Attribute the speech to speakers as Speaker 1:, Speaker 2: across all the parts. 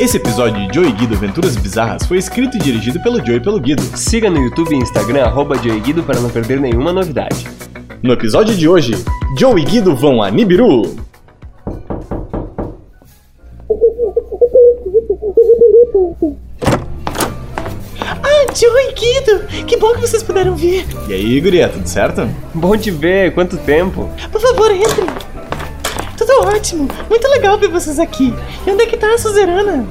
Speaker 1: Esse episódio de Joey e Guido Aventuras Bizarras foi escrito e dirigido pelo Joey e pelo Guido.
Speaker 2: Siga no YouTube e Instagram, arroba Joey Guido, para não perder nenhuma novidade.
Speaker 1: No episódio de hoje, Joey e Guido vão a Nibiru.
Speaker 3: Ah, Joey Guido, que bom que vocês puderam vir.
Speaker 1: E aí, guria, tudo certo?
Speaker 2: Bom te ver, quanto tempo.
Speaker 3: Por favor, entrem. Tudo ótimo, muito legal ver vocês aqui. E onde é que tá a Suzerana?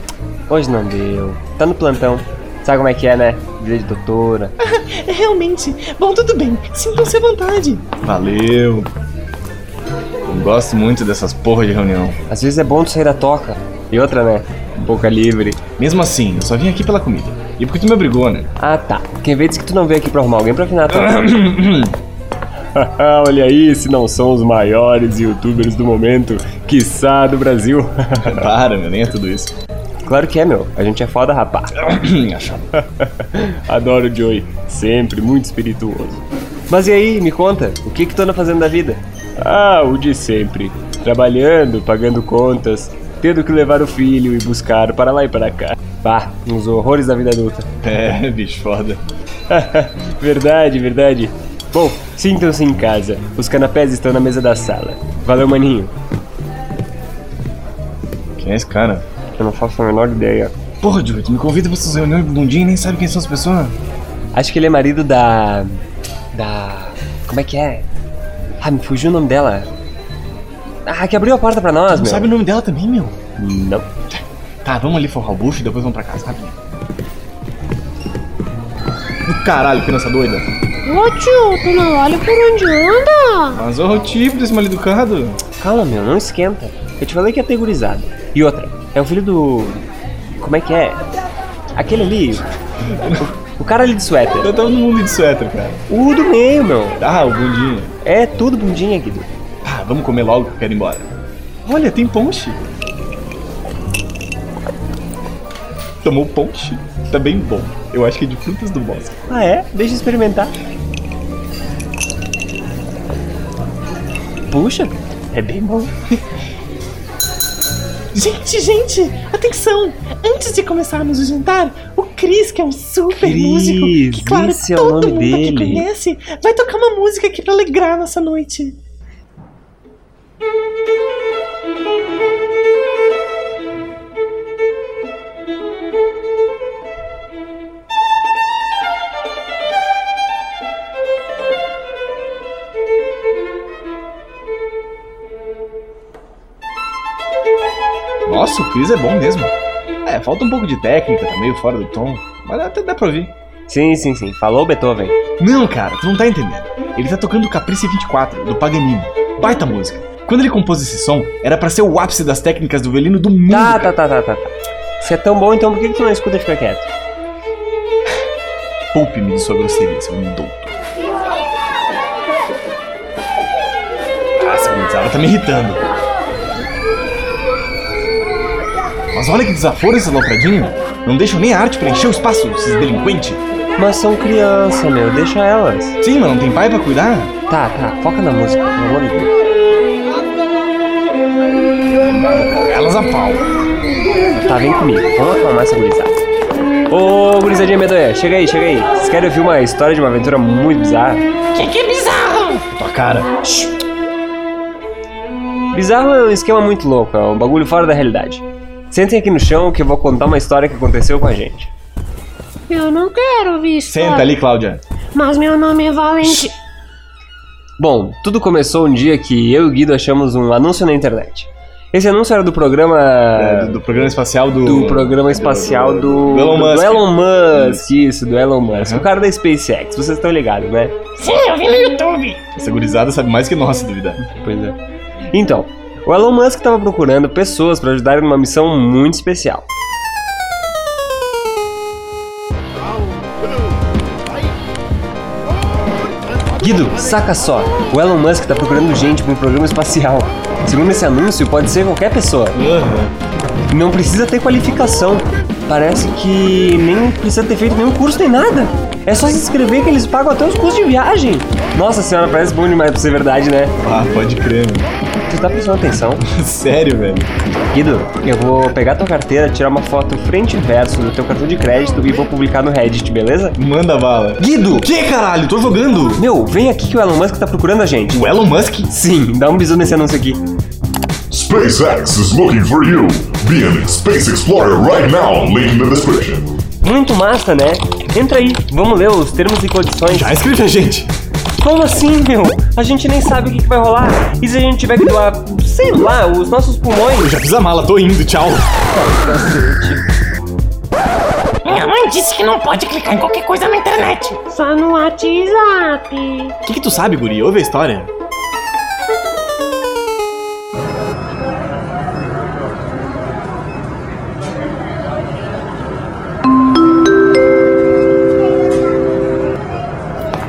Speaker 2: Hoje não deu. Tá no plantão. Sabe como é que é, né? Vida de doutora.
Speaker 3: É realmente. Bom, tudo bem, sintam-se à vontade.
Speaker 1: Valeu. Eu gosto muito dessas porra de reunião.
Speaker 2: Às vezes é bom tu sair da toca. E outra, né? Boca livre.
Speaker 1: Mesmo assim, eu só vim aqui pela comida. E porque tu me obrigou, né?
Speaker 2: Ah, tá. Quem vê diz que tu não veio aqui pra arrumar alguém pra afinar a tua... Olha aí, se não são os maiores youtubers do momento, quiçá do Brasil.
Speaker 1: Para, meu, nem é tudo isso.
Speaker 2: claro que é, meu. A gente é foda, rapá.
Speaker 1: Acho
Speaker 2: Adoro o Joey, sempre muito espirituoso. Mas e aí, me conta, o que que tu anda fazendo da vida? Ah, o de sempre. Trabalhando, pagando contas, tendo que levar o filho e buscar para lá e para cá. Bah, uns horrores da vida adulta.
Speaker 1: É, bicho, foda.
Speaker 2: verdade, verdade. Bom, sintam-se em casa. Os canapés estão na mesa da sala. Valeu, maninho.
Speaker 1: Quem é esse cara?
Speaker 2: Eu não faço a menor ideia.
Speaker 1: Porra, Joey, tu me convida pra essas reuniões bundinha e nem sabe quem são as pessoas.
Speaker 2: Acho que ele é marido da. Da. Como é que é? Ah, me fugiu o nome dela. Ah, que abriu a porta pra nós,
Speaker 1: Não
Speaker 2: meu.
Speaker 1: sabe o nome dela também, meu?
Speaker 2: Não.
Speaker 1: Tá, vamos ali forrar o bucho e depois vamos pra casa, rapidinho. Do Caralho, criança doida.
Speaker 4: Ô tio, tu não olha por onde anda?
Speaker 1: Mas olha o tipo desse mal educado.
Speaker 2: Calma, meu, não esquenta. Eu te falei que é tegurizado. E outra, é o filho do. Como é que é? Aquele ali. O, o cara ali de suéter.
Speaker 1: Eu tava no Tá mundo de suéter, cara.
Speaker 2: O do meio, meu.
Speaker 1: Ah, o bundinho.
Speaker 2: É tudo bundinha, Guido.
Speaker 1: Ah, vamos comer logo que eu quero ir embora. Olha, tem ponche. Tomou ponche? Tá bem bom. Eu acho que é de frutas do bosque.
Speaker 2: Ah, é? Deixa eu experimentar. Puxa, é bem bom.
Speaker 3: Gente, gente, atenção! Antes de começarmos o jantar, o Chris, que é um super
Speaker 2: Chris,
Speaker 3: músico, que claro,
Speaker 2: esse é o
Speaker 3: todo
Speaker 2: nome
Speaker 3: mundo aqui
Speaker 2: dele.
Speaker 3: conhece, vai tocar uma música aqui pra alegrar a nossa noite.
Speaker 1: Nossa, o Chris é bom mesmo. É, falta um pouco de técnica, tá meio fora do tom. Mas até dá pra ouvir.
Speaker 2: Sim, sim, sim. Falou Beethoven.
Speaker 1: Não, cara, tu não tá entendendo. Ele tá tocando Caprice 24, do Paganini. Baita música. Quando ele compôs esse som, era pra ser o ápice das técnicas do violino do mundo.
Speaker 2: Tá,
Speaker 1: cara.
Speaker 2: tá, tá, tá, tá. tá. Se é tão bom, então por que, que tu não escuta e fica quieto?
Speaker 1: Poupe-me de sua grosseria, seu indulto. Ah, essa gurizada tá me irritando. Mas olha que desaforo esses alopradinhos. Não deixam nem a arte preencher o espaço, esses delinquentes.
Speaker 2: Mas são criança, meu. Deixa elas.
Speaker 1: Sim, mas não tem pai pra cuidar?
Speaker 2: Tá, tá. Foca na música, pelo amor de Deus.
Speaker 1: Elas a pau.
Speaker 2: Tá, vem comigo. Vamos acalmar essa gurizada. Ô, gurizadinha medonha, chega aí, chega aí. Vocês querem ouvir uma história de uma aventura muito bizarra?
Speaker 3: Que que é bizarro!
Speaker 1: Tua cara.
Speaker 2: Bizarro é um esquema muito louco, é um bagulho fora da realidade. Sentem aqui no chão que eu vou contar uma história que aconteceu com a gente.
Speaker 4: Eu não quero ouvir história.
Speaker 1: Senta ali, Cláudia.
Speaker 4: Mas meu nome é Valente.
Speaker 2: Bom, tudo começou um dia que eu e o Guido achamos um anúncio na internet. Esse anúncio era do programa.
Speaker 1: É, do, do programa espacial do.
Speaker 2: do programa espacial do,
Speaker 1: do Elon Musk.
Speaker 2: do Elon Musk, isso, do Elon Musk,
Speaker 1: Uhum.
Speaker 2: o cara da SpaceX, vocês estão ligados, né?
Speaker 3: Sim, eu vi no YouTube!
Speaker 1: Essa gurizada sabe mais que nossa, duvidar.
Speaker 2: Pois é. Então, o Elon Musk estava procurando pessoas para ajudarem numa missão muito especial. Guido, saca só, o Elon Musk está procurando gente para um programa espacial. Segundo esse anúncio, pode ser qualquer pessoa. Não precisa ter qualificação. Parece que nem precisa ter feito nenhum curso nem nada. É só se inscrever que eles pagam até os custos de viagem. Nossa senhora, parece bom demais pra ser verdade, né?
Speaker 1: Ah, pode crer, mano.
Speaker 2: Tu tá prestando atenção?
Speaker 1: Sério, velho.
Speaker 2: Guido, eu vou pegar tua carteira, tirar uma foto frente e verso do teu cartão de crédito e vou publicar no Reddit, beleza?
Speaker 1: Manda bala.
Speaker 2: Guido!
Speaker 1: Que caralho? Tô jogando!
Speaker 2: Meu, vem aqui que o Elon Musk tá procurando a gente.
Speaker 1: O Elon Musk?
Speaker 2: Sim, dá um bisu nesse anúncio aqui.
Speaker 5: SpaceX is looking for you. Be an space explorer right now. Link in the description.
Speaker 2: Muito massa, né? Entra aí, vamos ler os termos e condições.
Speaker 1: Já escreve a gente.
Speaker 2: Como assim, meu? A gente nem sabe o que, que vai rolar. E se a gente tiver que doar, sei lá, os nossos pulmões?
Speaker 1: Já fiz a mala, tô indo, tchau.
Speaker 3: Minha mãe disse que não pode clicar em qualquer coisa na internet.
Speaker 4: Só no WhatsApp.
Speaker 1: O que, que tu sabe, guri? Ouve a história.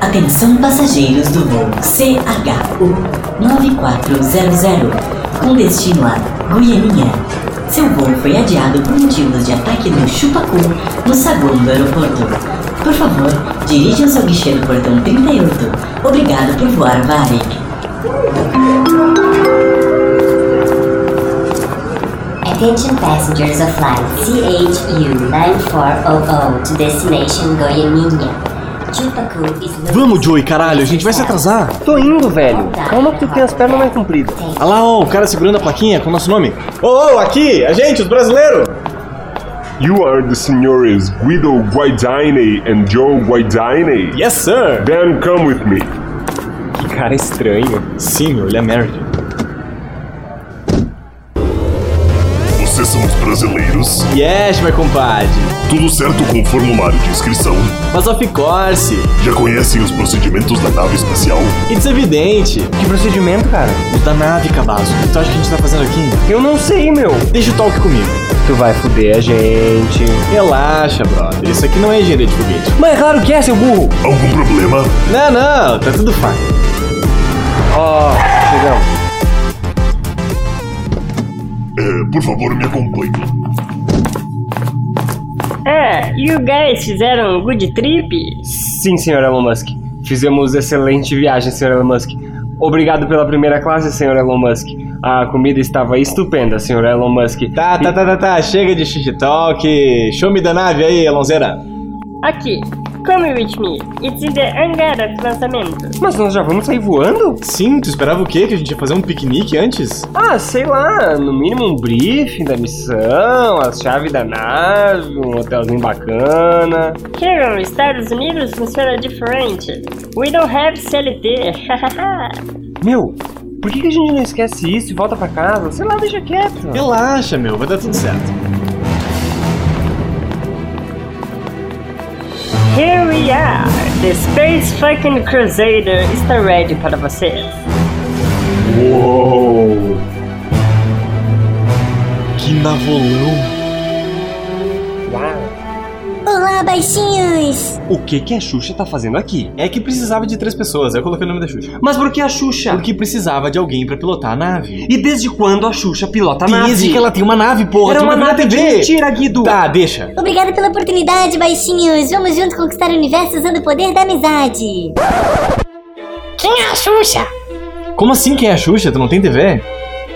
Speaker 6: Atenção passageiros do voo CHU 9400 com destino a Goianinha. Seu voo foi adiado por motivos de ataque no Chupacu no saguão do aeroporto. Por favor, dirijam-se ao guichê do portão 38. Obrigado por voar Varek.
Speaker 7: Attention passengers of flight CHU 9400 to destination Goianinha. Chupacu is low-
Speaker 1: Vamos, Joey, caralho, a gente vai se atrasar.
Speaker 2: Tô indo, velho. Calma que tu tem as pernas mais compridas.
Speaker 1: Olha lá, ó, o cara segurando a plaquinha com o nosso nome. Ô, ô, aqui, a gente, os brasileiros.
Speaker 5: You are the senores Guido Guaidaine and Joe Guaidaine.
Speaker 1: Yes, sir.
Speaker 5: Then come with me.
Speaker 2: Que cara estranho.
Speaker 1: Sim, meu, ele é nerd.
Speaker 5: Vocês são os brasileiros?
Speaker 1: Yes, meu compadre.
Speaker 5: Tudo certo com o formulário de inscrição?
Speaker 1: Mas of course,
Speaker 5: Já conhecem os procedimentos da nave espacial?
Speaker 1: it's evidente.
Speaker 2: Que procedimento, cara?
Speaker 1: O da nave, cabaço. O que tu acha que a gente tá fazendo aqui?
Speaker 2: Eu não sei, meu.
Speaker 1: Deixa o talk comigo.
Speaker 2: Tu vai fuder a gente.
Speaker 1: Relaxa, brother. Isso aqui não é engenharia de foguete.
Speaker 2: Mas é claro que é, seu burro.
Speaker 5: Algum problema?
Speaker 1: Não, não, tá tudo fine.
Speaker 2: Ó, chegamos.
Speaker 5: É, por favor, me acompanhe.
Speaker 8: Ah, you guys fizeram um good trip?
Speaker 2: Sim, senhor Elon Musk. Fizemos excelente viagem, senhor Elon Musk. Obrigado pela primeira classe, senhor Elon Musk. A comida estava estupenda, senhor Elon Musk.
Speaker 1: Tá, tá, tá, tá, tá. Chega de shit talk. Show me da nave aí, Elonzeira.
Speaker 8: Aqui, come with me. It's in the hangar of lançamento.
Speaker 2: Mas nós já vamos sair voando?
Speaker 1: Sim, tu esperava o quê? Que a gente ia fazer um piquenique antes?
Speaker 2: Ah, sei lá, no mínimo um briefing da missão, as chaves da nave, um hotelzinho bacana.
Speaker 8: Here, um Estados Unidos funciona diferente. We don't have CLT.
Speaker 2: Meu, por que que a gente não esquece isso e volta pra casa? Sei lá, deixa quieto.
Speaker 1: Relaxa, meu, vai dar tudo certo.
Speaker 8: Here we are. The Space Fucking Crusader está ready para vocês.
Speaker 5: Uou!
Speaker 1: Que navolão.
Speaker 7: Olá, baixinhos!
Speaker 2: O que que a Xuxa tá fazendo aqui?
Speaker 1: É que precisava de três pessoas, eu coloquei o nome da Xuxa.
Speaker 2: Mas por que a Xuxa?
Speaker 1: Porque precisava de alguém pra pilotar a nave.
Speaker 2: E desde quando a Xuxa pilota a
Speaker 1: Desde
Speaker 2: nave?
Speaker 1: que ela tem uma nave, porra.
Speaker 2: Era
Speaker 1: tu
Speaker 2: uma
Speaker 1: nunca viu
Speaker 2: nave
Speaker 1: na
Speaker 2: de
Speaker 1: TV.
Speaker 2: mentira, Guido.
Speaker 1: Tá, deixa.
Speaker 7: Obrigada pela oportunidade, baixinhos! Vamos juntos conquistar o universo usando o poder da amizade!
Speaker 4: Quem é a Xuxa?
Speaker 1: Como assim quem é a Xuxa? Tu não tem TV?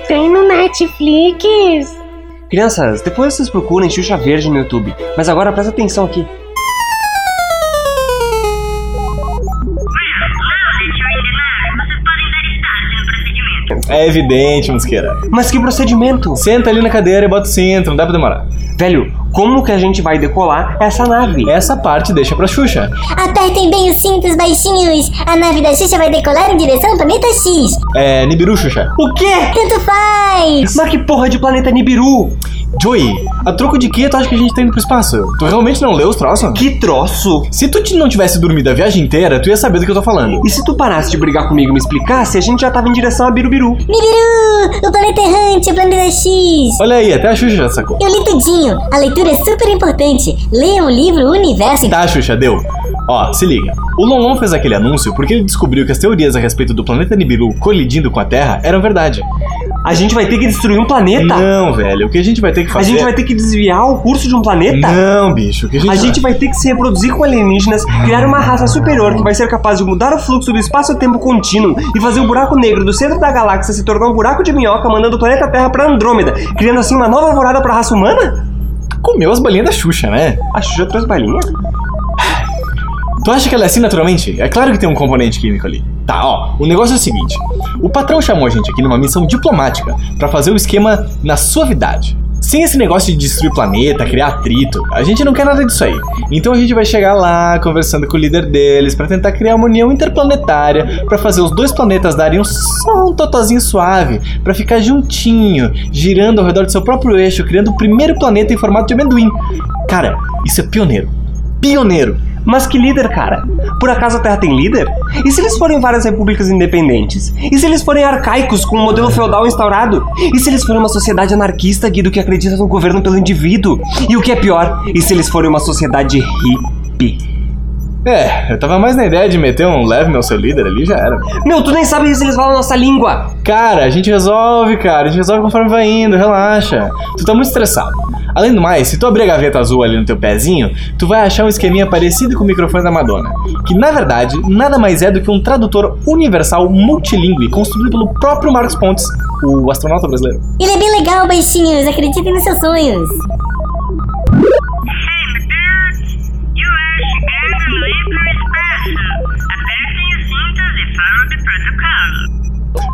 Speaker 4: Tem no Netflix.
Speaker 2: Crianças, depois vocês procurem Xuxa Verde no YouTube. Mas agora presta atenção aqui.
Speaker 1: É evidente, Musqueira.
Speaker 2: Mas que procedimento?
Speaker 1: Senta ali na cadeira e bota o cinto, não dá pra demorar.
Speaker 2: Velho, como que a gente vai decolar essa nave?
Speaker 1: Essa parte deixa pra Xuxa.
Speaker 7: Apertem bem os cintos, baixinhos! A nave da Xuxa vai decolar em direção ao planeta X!
Speaker 1: É, Nibiru, Xuxa.
Speaker 2: O quê?
Speaker 7: Tanto faz!
Speaker 2: Mas que porra de planeta Nibiru?
Speaker 1: Joey, a troco de que tu acha que a gente tá indo pro espaço? Tu realmente não leu os troços?
Speaker 2: Que troço?
Speaker 1: Se tu t- não tivesse dormido a viagem inteira, tu ia saber do que eu tô falando.
Speaker 2: E se tu parasse de brigar comigo e me explicasse, a gente já tava em direção a Birubiru.
Speaker 7: Nibiru! O planeta errante, o planeta X!
Speaker 1: Olha aí, até a Xuxa já sacou.
Speaker 7: Eu li tudinho! A leitura é super importante! Leiam o livro Universo em
Speaker 1: Tá, Xuxa, deu. Ó, se liga. O Lonlon fez aquele anúncio porque ele descobriu que as teorias a respeito do planeta Nibiru colidindo com a Terra eram verdade.
Speaker 2: A gente vai ter que destruir um planeta?
Speaker 1: Não, velho. O que a gente vai ter que
Speaker 2: A
Speaker 1: fazer.
Speaker 2: gente vai ter que desviar o curso de um planeta?
Speaker 1: Não, bicho. O que a gente,
Speaker 2: A gente vai ter que se reproduzir com alienígenas, criar uma raça superior que vai ser capaz de mudar o fluxo do espaço-tempo contínuo e fazer o buraco negro do centro da galáxia se tornar um buraco de minhoca, mandando o planeta Terra pra Andrômeda, criando assim uma nova alvorada pra raça humana?
Speaker 1: comeu as bolinhas da Xuxa, né?
Speaker 2: A Xuxa trouxe balinha?
Speaker 1: Tu acha que ela é assim naturalmente? É claro que tem um componente químico ali. Tá, ó, o negócio é o seguinte: o patrão chamou a gente aqui numa missão diplomática pra fazer o esquema na suavidade. Sem esse negócio de destruir planeta, criar atrito, a gente não quer nada disso aí. Então a gente vai chegar lá conversando com o líder deles pra tentar criar uma união interplanetária pra fazer os dois planetas darem um só um totozinho suave pra ficar juntinho, girando ao redor do seu próprio eixo, criando o primeiro planeta em formato de amendoim. Cara, isso é pioneiro. Pioneiro.
Speaker 2: Mas que líder, cara? Por acaso a Terra tem líder? E se eles forem várias repúblicas independentes? E se eles forem arcaicos com um modelo feudal instaurado? E se eles forem uma sociedade anarquista, Guido, que acredita no governo pelo indivíduo? E o que é pior, e se eles forem uma sociedade hippie?
Speaker 1: É, eu tava mais na ideia de meter um leve meu seu líder ali, já era.
Speaker 2: Meu, tu nem sabe se eles falam a nossa língua!
Speaker 1: Cara, a gente resolve, cara, a gente resolve conforme vai indo, relaxa. Tu tá muito estressado. Além do mais, se tu abrir a gaveta azul ali no teu pezinho, tu vai achar um esqueminha parecido com o microfone da Madonna, que na verdade nada mais é do que um tradutor universal multilingüe construído pelo próprio Marcos Pontes, o astronauta brasileiro.
Speaker 7: Ele é bem legal, baixinhos. Acreditem nos seus sonhos.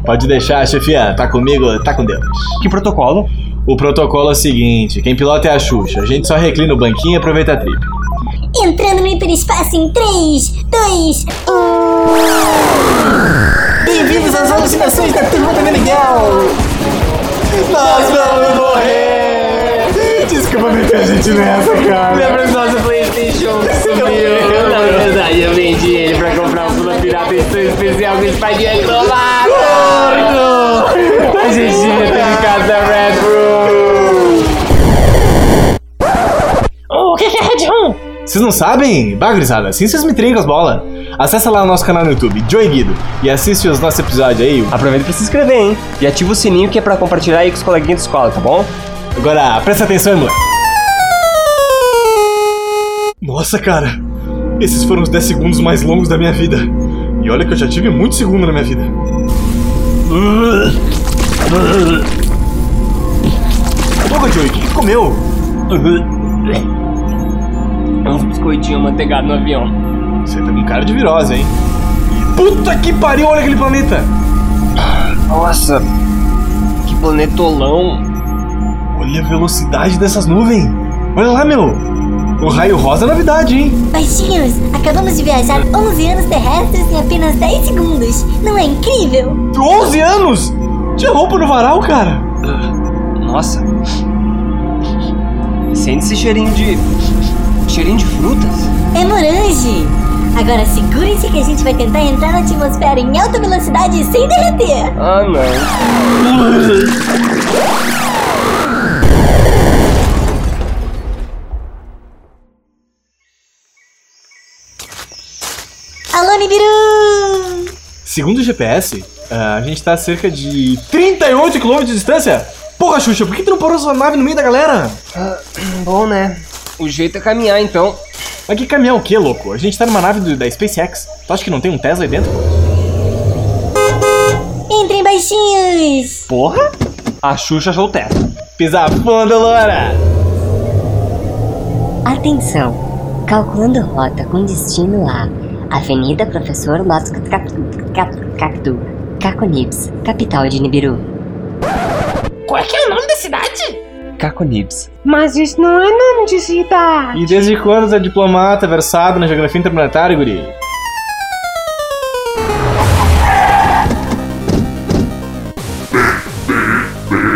Speaker 1: Pode deixar, chefia, tá comigo, tá com Deus.
Speaker 2: Que protocolo?
Speaker 1: O protocolo é o seguinte: quem pilota é a Xuxa, a gente só reclina o banquinho e aproveita a trip.
Speaker 7: Entrando no hiperespaço em 3, 2, 1.
Speaker 9: Bem-vindos às alucinações da turma do Miguel!
Speaker 1: Nós vamos morrer! Desculpa meter a gente nessa, cara. Lembra do nosso PlayStation que sumiu? Na verdade,
Speaker 2: um
Speaker 9: O que que é Red Room?
Speaker 1: Vocês não sabem? Bagrizada, assim vocês me trincam as bolas. Acessa lá o nosso canal no YouTube, Joey Guido, e assiste os nossos episódios aí.
Speaker 2: Aproveita pra se inscrever, hein? E ativa o sininho que é pra compartilhar aí com os coleguinhas de escola, tá bom?
Speaker 1: Agora, presta atenção, hein, moleque. Nossa, cara. Esses foram os 10 segundos mais longos da minha vida. E olha que eu já tive muito segundo na minha vida. Ô, Joey, o que que comeu?
Speaker 2: Uns biscoitinhos manteigados no avião.
Speaker 1: Você tá com cara de virose, hein? E puta que pariu, olha aquele planeta!
Speaker 2: Nossa, que planetolão.
Speaker 1: Olha a velocidade dessas nuvens! Olha lá, meu! O raio rosa é novidade, hein?
Speaker 7: Baixinhos, acabamos de viajar 11 anos terrestres em apenas 10 segundos. Não é incrível?
Speaker 1: 11 anos! Tinha roupa no varal, cara!
Speaker 2: Nossa. Sente esse cheirinho de. cheirinho de frutas.
Speaker 7: É morange. Agora segurem-se que a gente vai tentar entrar na atmosfera em alta velocidade sem derreter.
Speaker 2: Ah, não.
Speaker 7: Alô, Nibiru!
Speaker 1: Segundo o GPS, ah, a gente tá a cerca de 38 km de distância! Porra, Xuxa, por que tu não parou sua nave no meio da galera?
Speaker 2: Bom, né? O jeito é caminhar, então.
Speaker 1: Mas que caminhão o quê, louco? A gente tá numa nave do- da SpaceX. Tu acha que não tem um Tesla aí dentro?
Speaker 7: Entrem, baixinhos!
Speaker 2: Porra? A Xuxa achou o teto.
Speaker 1: Pisa fundo, Loura!
Speaker 10: Atenção! Calculando rota com destino a Avenida Professor Lopes Cap- Cap- Cactu, Caconips, capital de Nibiru.
Speaker 9: Qual é que é o nome da cidade?
Speaker 2: Caconibs.
Speaker 4: Mas isso não é nome de cidade.
Speaker 1: E desde quando tu é diplomata versado na geografia interplanetária, guri?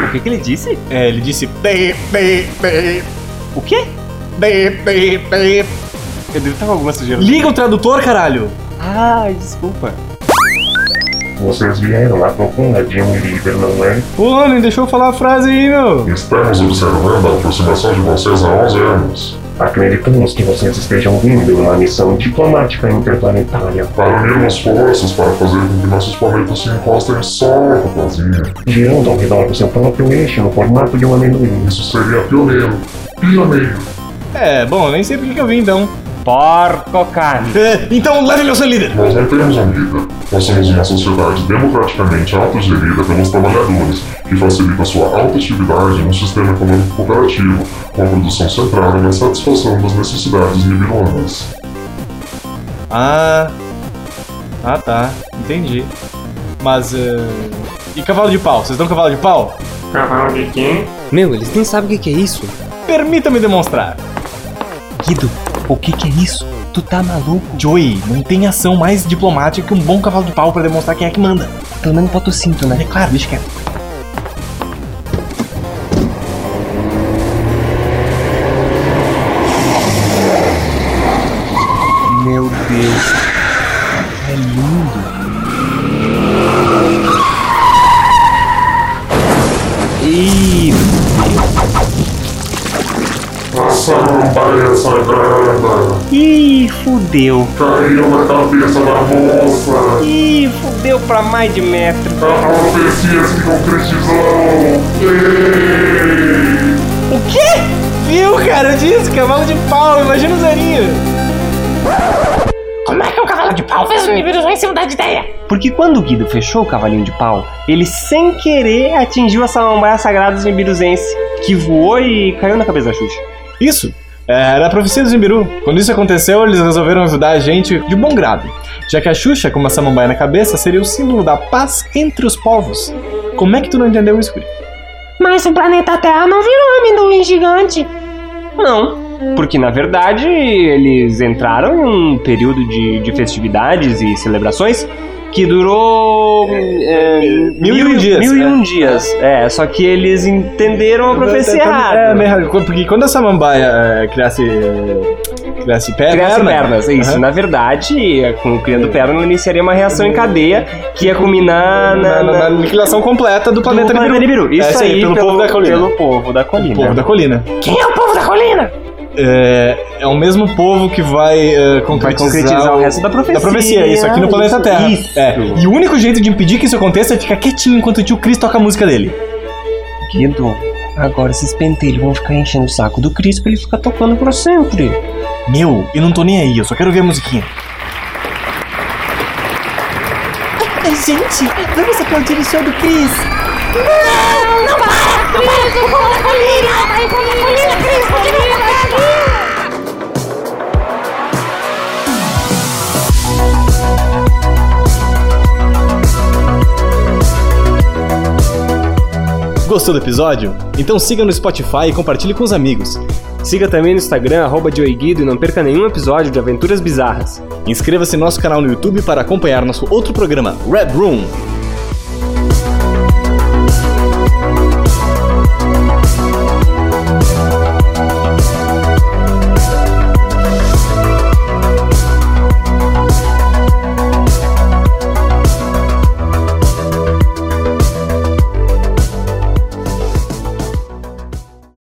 Speaker 2: O que, que ele disse?
Speaker 1: É, ele disse... "Bip, bip, bip,
Speaker 2: O quê?
Speaker 1: bip, bip, bip."
Speaker 2: Eu devo estar com alguma sujeira.
Speaker 1: Liga o tradutor, caralho!
Speaker 2: Ah, desculpa.
Speaker 5: Vocês vieram à procura de um líder, não é?
Speaker 1: Pô, nem deixou eu falar a frase aí, meu.
Speaker 5: Estamos observando a aproximação de vocês há 11 anos.
Speaker 11: Acreditamos que vocês estejam vindo em uma missão diplomática interplanetária.
Speaker 5: Reunimos forças para fazer com que nossos planetas se encostem só, rapazinha.
Speaker 11: Girando ao redor do seu próprio eixo no formato de um amendoim.
Speaker 5: Isso seria pioneiro. Pioneiro.
Speaker 1: É, bom, eu nem sei por que que eu vim então.
Speaker 2: Porco carne.
Speaker 1: então leve meu seu líder.
Speaker 5: Nós não temos um líder. Nós somos uma sociedade democraticamente autogerida pelos trabalhadores, que facilita sua autoatividade num sistema econômico cooperativo, com a produção centrada na satisfação das necessidades libidonas.
Speaker 1: Ah. Ah tá, entendi. Mas. eh, E cavalo de pau? Vocês dão cavalo de pau?
Speaker 12: Cavalo de quem?
Speaker 1: Meu, eles nem sabem o que é isso. Permita-me demonstrar. Guido, o que, é isso? Tu tá maluco? Joey, não tem ação mais diplomática que um bom cavalo de pau pra demonstrar quem é que manda. Pelo menos bota o cinto, né? É claro, deixa quieto.
Speaker 2: Meu Deus. É lindo.
Speaker 5: E... Nossa montanha sagrada!
Speaker 2: Ih, fudeu.
Speaker 5: Caiu na cabeça da moça!
Speaker 2: Ih, fudeu pra mais de metro.
Speaker 5: A profecia se concretizou!
Speaker 1: O quê? Viu, cara? Eu disse
Speaker 2: é
Speaker 1: cavalo de pau, imagina o Zerinho.
Speaker 13: Como é que o cavalo de pau fez um Nibiru em cima da ideia?
Speaker 2: Porque quando o Guido fechou o cavalinho de pau, ele sem querer atingiu a samambaia sagrada dos Nibiruzense, que voou e caiu na cabeça da Xuxa.
Speaker 1: Isso. É, Era a profecia do Zimbiru. Quando isso aconteceu, eles resolveram ajudar a gente de bom grado, já que a Xuxa, com uma samambaia na cabeça, seria o símbolo da paz entre os povos. Como é que tu não entendeu isso, Guri?
Speaker 4: Mas o planeta Terra não virou amendoim gigante.
Speaker 2: Não. Porque na verdade eles entraram em um período de, de festividades e celebrações que durou. é,
Speaker 1: mil e um dias,
Speaker 2: Mil e
Speaker 1: é.
Speaker 2: um dias. É, só que eles entenderam a profecia errada.
Speaker 1: É, meio errado, porque quando a samambaia é, criasse. é, criasse perna. né?
Speaker 2: Criança em pernas, é isso.
Speaker 1: Aham.
Speaker 2: Na verdade, com criando perna, ela iniciaria uma reação em cadeia que ia culminar na,
Speaker 1: Na- na aniquilação completa do planeta Nibiru.
Speaker 2: Isso
Speaker 1: É, sim,
Speaker 2: aí,
Speaker 1: pelo povo da colina.
Speaker 2: Pelo povo da colina.
Speaker 1: povo da colina.
Speaker 13: Quem é o povo da colina?
Speaker 1: É, é o mesmo povo que vai eh, concretizar,
Speaker 2: concretizar o resto da profecia.
Speaker 1: isso aqui no planeta
Speaker 2: Isso,
Speaker 1: Terra.
Speaker 2: isso.
Speaker 1: É, E o único jeito de impedir que isso aconteça é ficar quietinho enquanto o tio Chris toca a música dele.
Speaker 2: Guido, agora esses pentelhos vão ficar enchendo o saco do Cris pra ele ficar tocando pra sempre.
Speaker 1: Meu, eu não tô nem aí, eu só quero ver a musiquinha.
Speaker 13: Gente, vamos aplaudir o show do Cris. Não, não para, Cris, o povo da colina. Vai, colina, Cris, colina,
Speaker 1: Gostou do episódio? Então siga no Spotify e compartilhe com os amigos.
Speaker 2: Siga também no Instagram, arroba Dioguido, e não perca nenhum episódio de Aventuras Bizarras.
Speaker 1: Inscreva-se no nosso canal no YouTube para acompanhar nosso outro programa, Red Room.